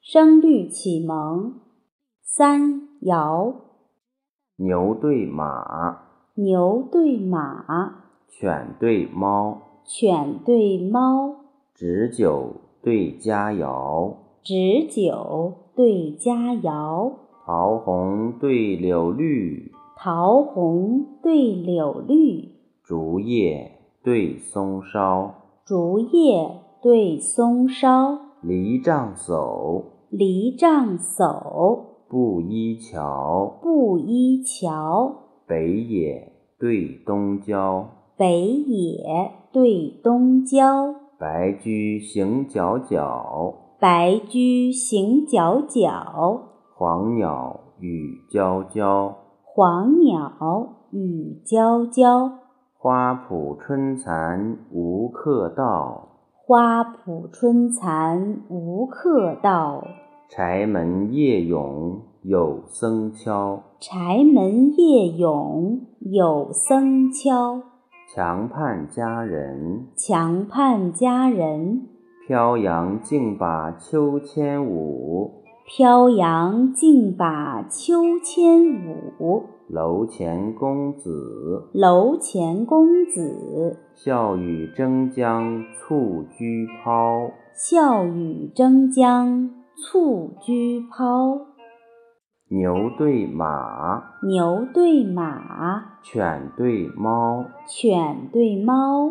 声律启蒙，三爻，牛对马，牛对马，犬对猫，犬对猫，执酒对佳肴，执酒对佳肴，桃红对柳绿，桃红对柳绿，竹叶对松梢，竹叶对松梢，犁杖叟，犁杖叟，布衣桥，布衣桥，北野对东郊，北野对东郊，白驹行脚脚，白驹行脚脚，黄鸟语啾啾。黄鸟语啾啾。花圃春残无客到，花圃春残无客到，柴门夜涌有僧敲。柴门夜涌有僧敲。强盼佳人，强盼佳人，飘扬竟把秋千舞。飘扬竟把秋千舞。楼前公子，楼前公子，笑语争将蹴鞠抛。笑语争将蹴鞠抛。牛对马，牛对马，犬对猫，犬对猫，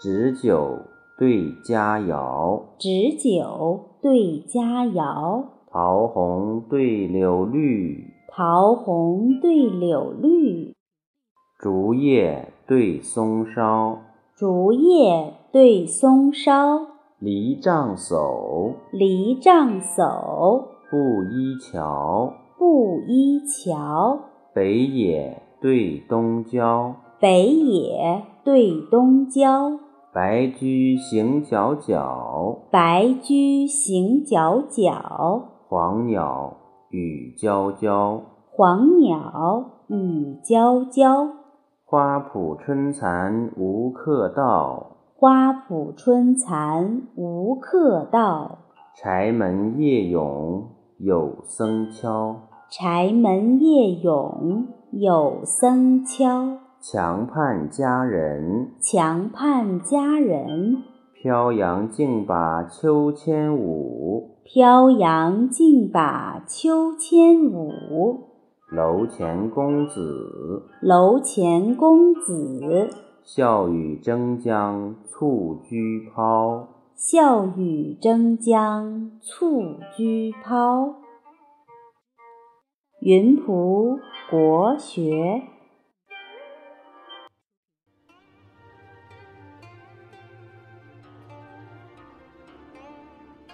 执酒对佳肴，执酒对佳肴，桃红对柳绿，桃红对柳绿，竹叶对松梢，竹叶对松梢，犁杖叟，犁杖叟，布衣桥，布衣桥，北野对东郊，北野对东郊，白驹行脚脚，白驹行脚脚，黄鸟语啾啾。黄鸟语啾啾。花圃春残无客到，花圃春残无客到，柴门夜涌有僧敲。柴门夜涌有僧敲。强盼佳人，强盼佳人，飘扬竟把秋千舞。飘扬竟把秋千舞。楼前公子，楼前公子，笑语争将蹴鞠抛。笑语争将蹴鞠抛。云浦国学。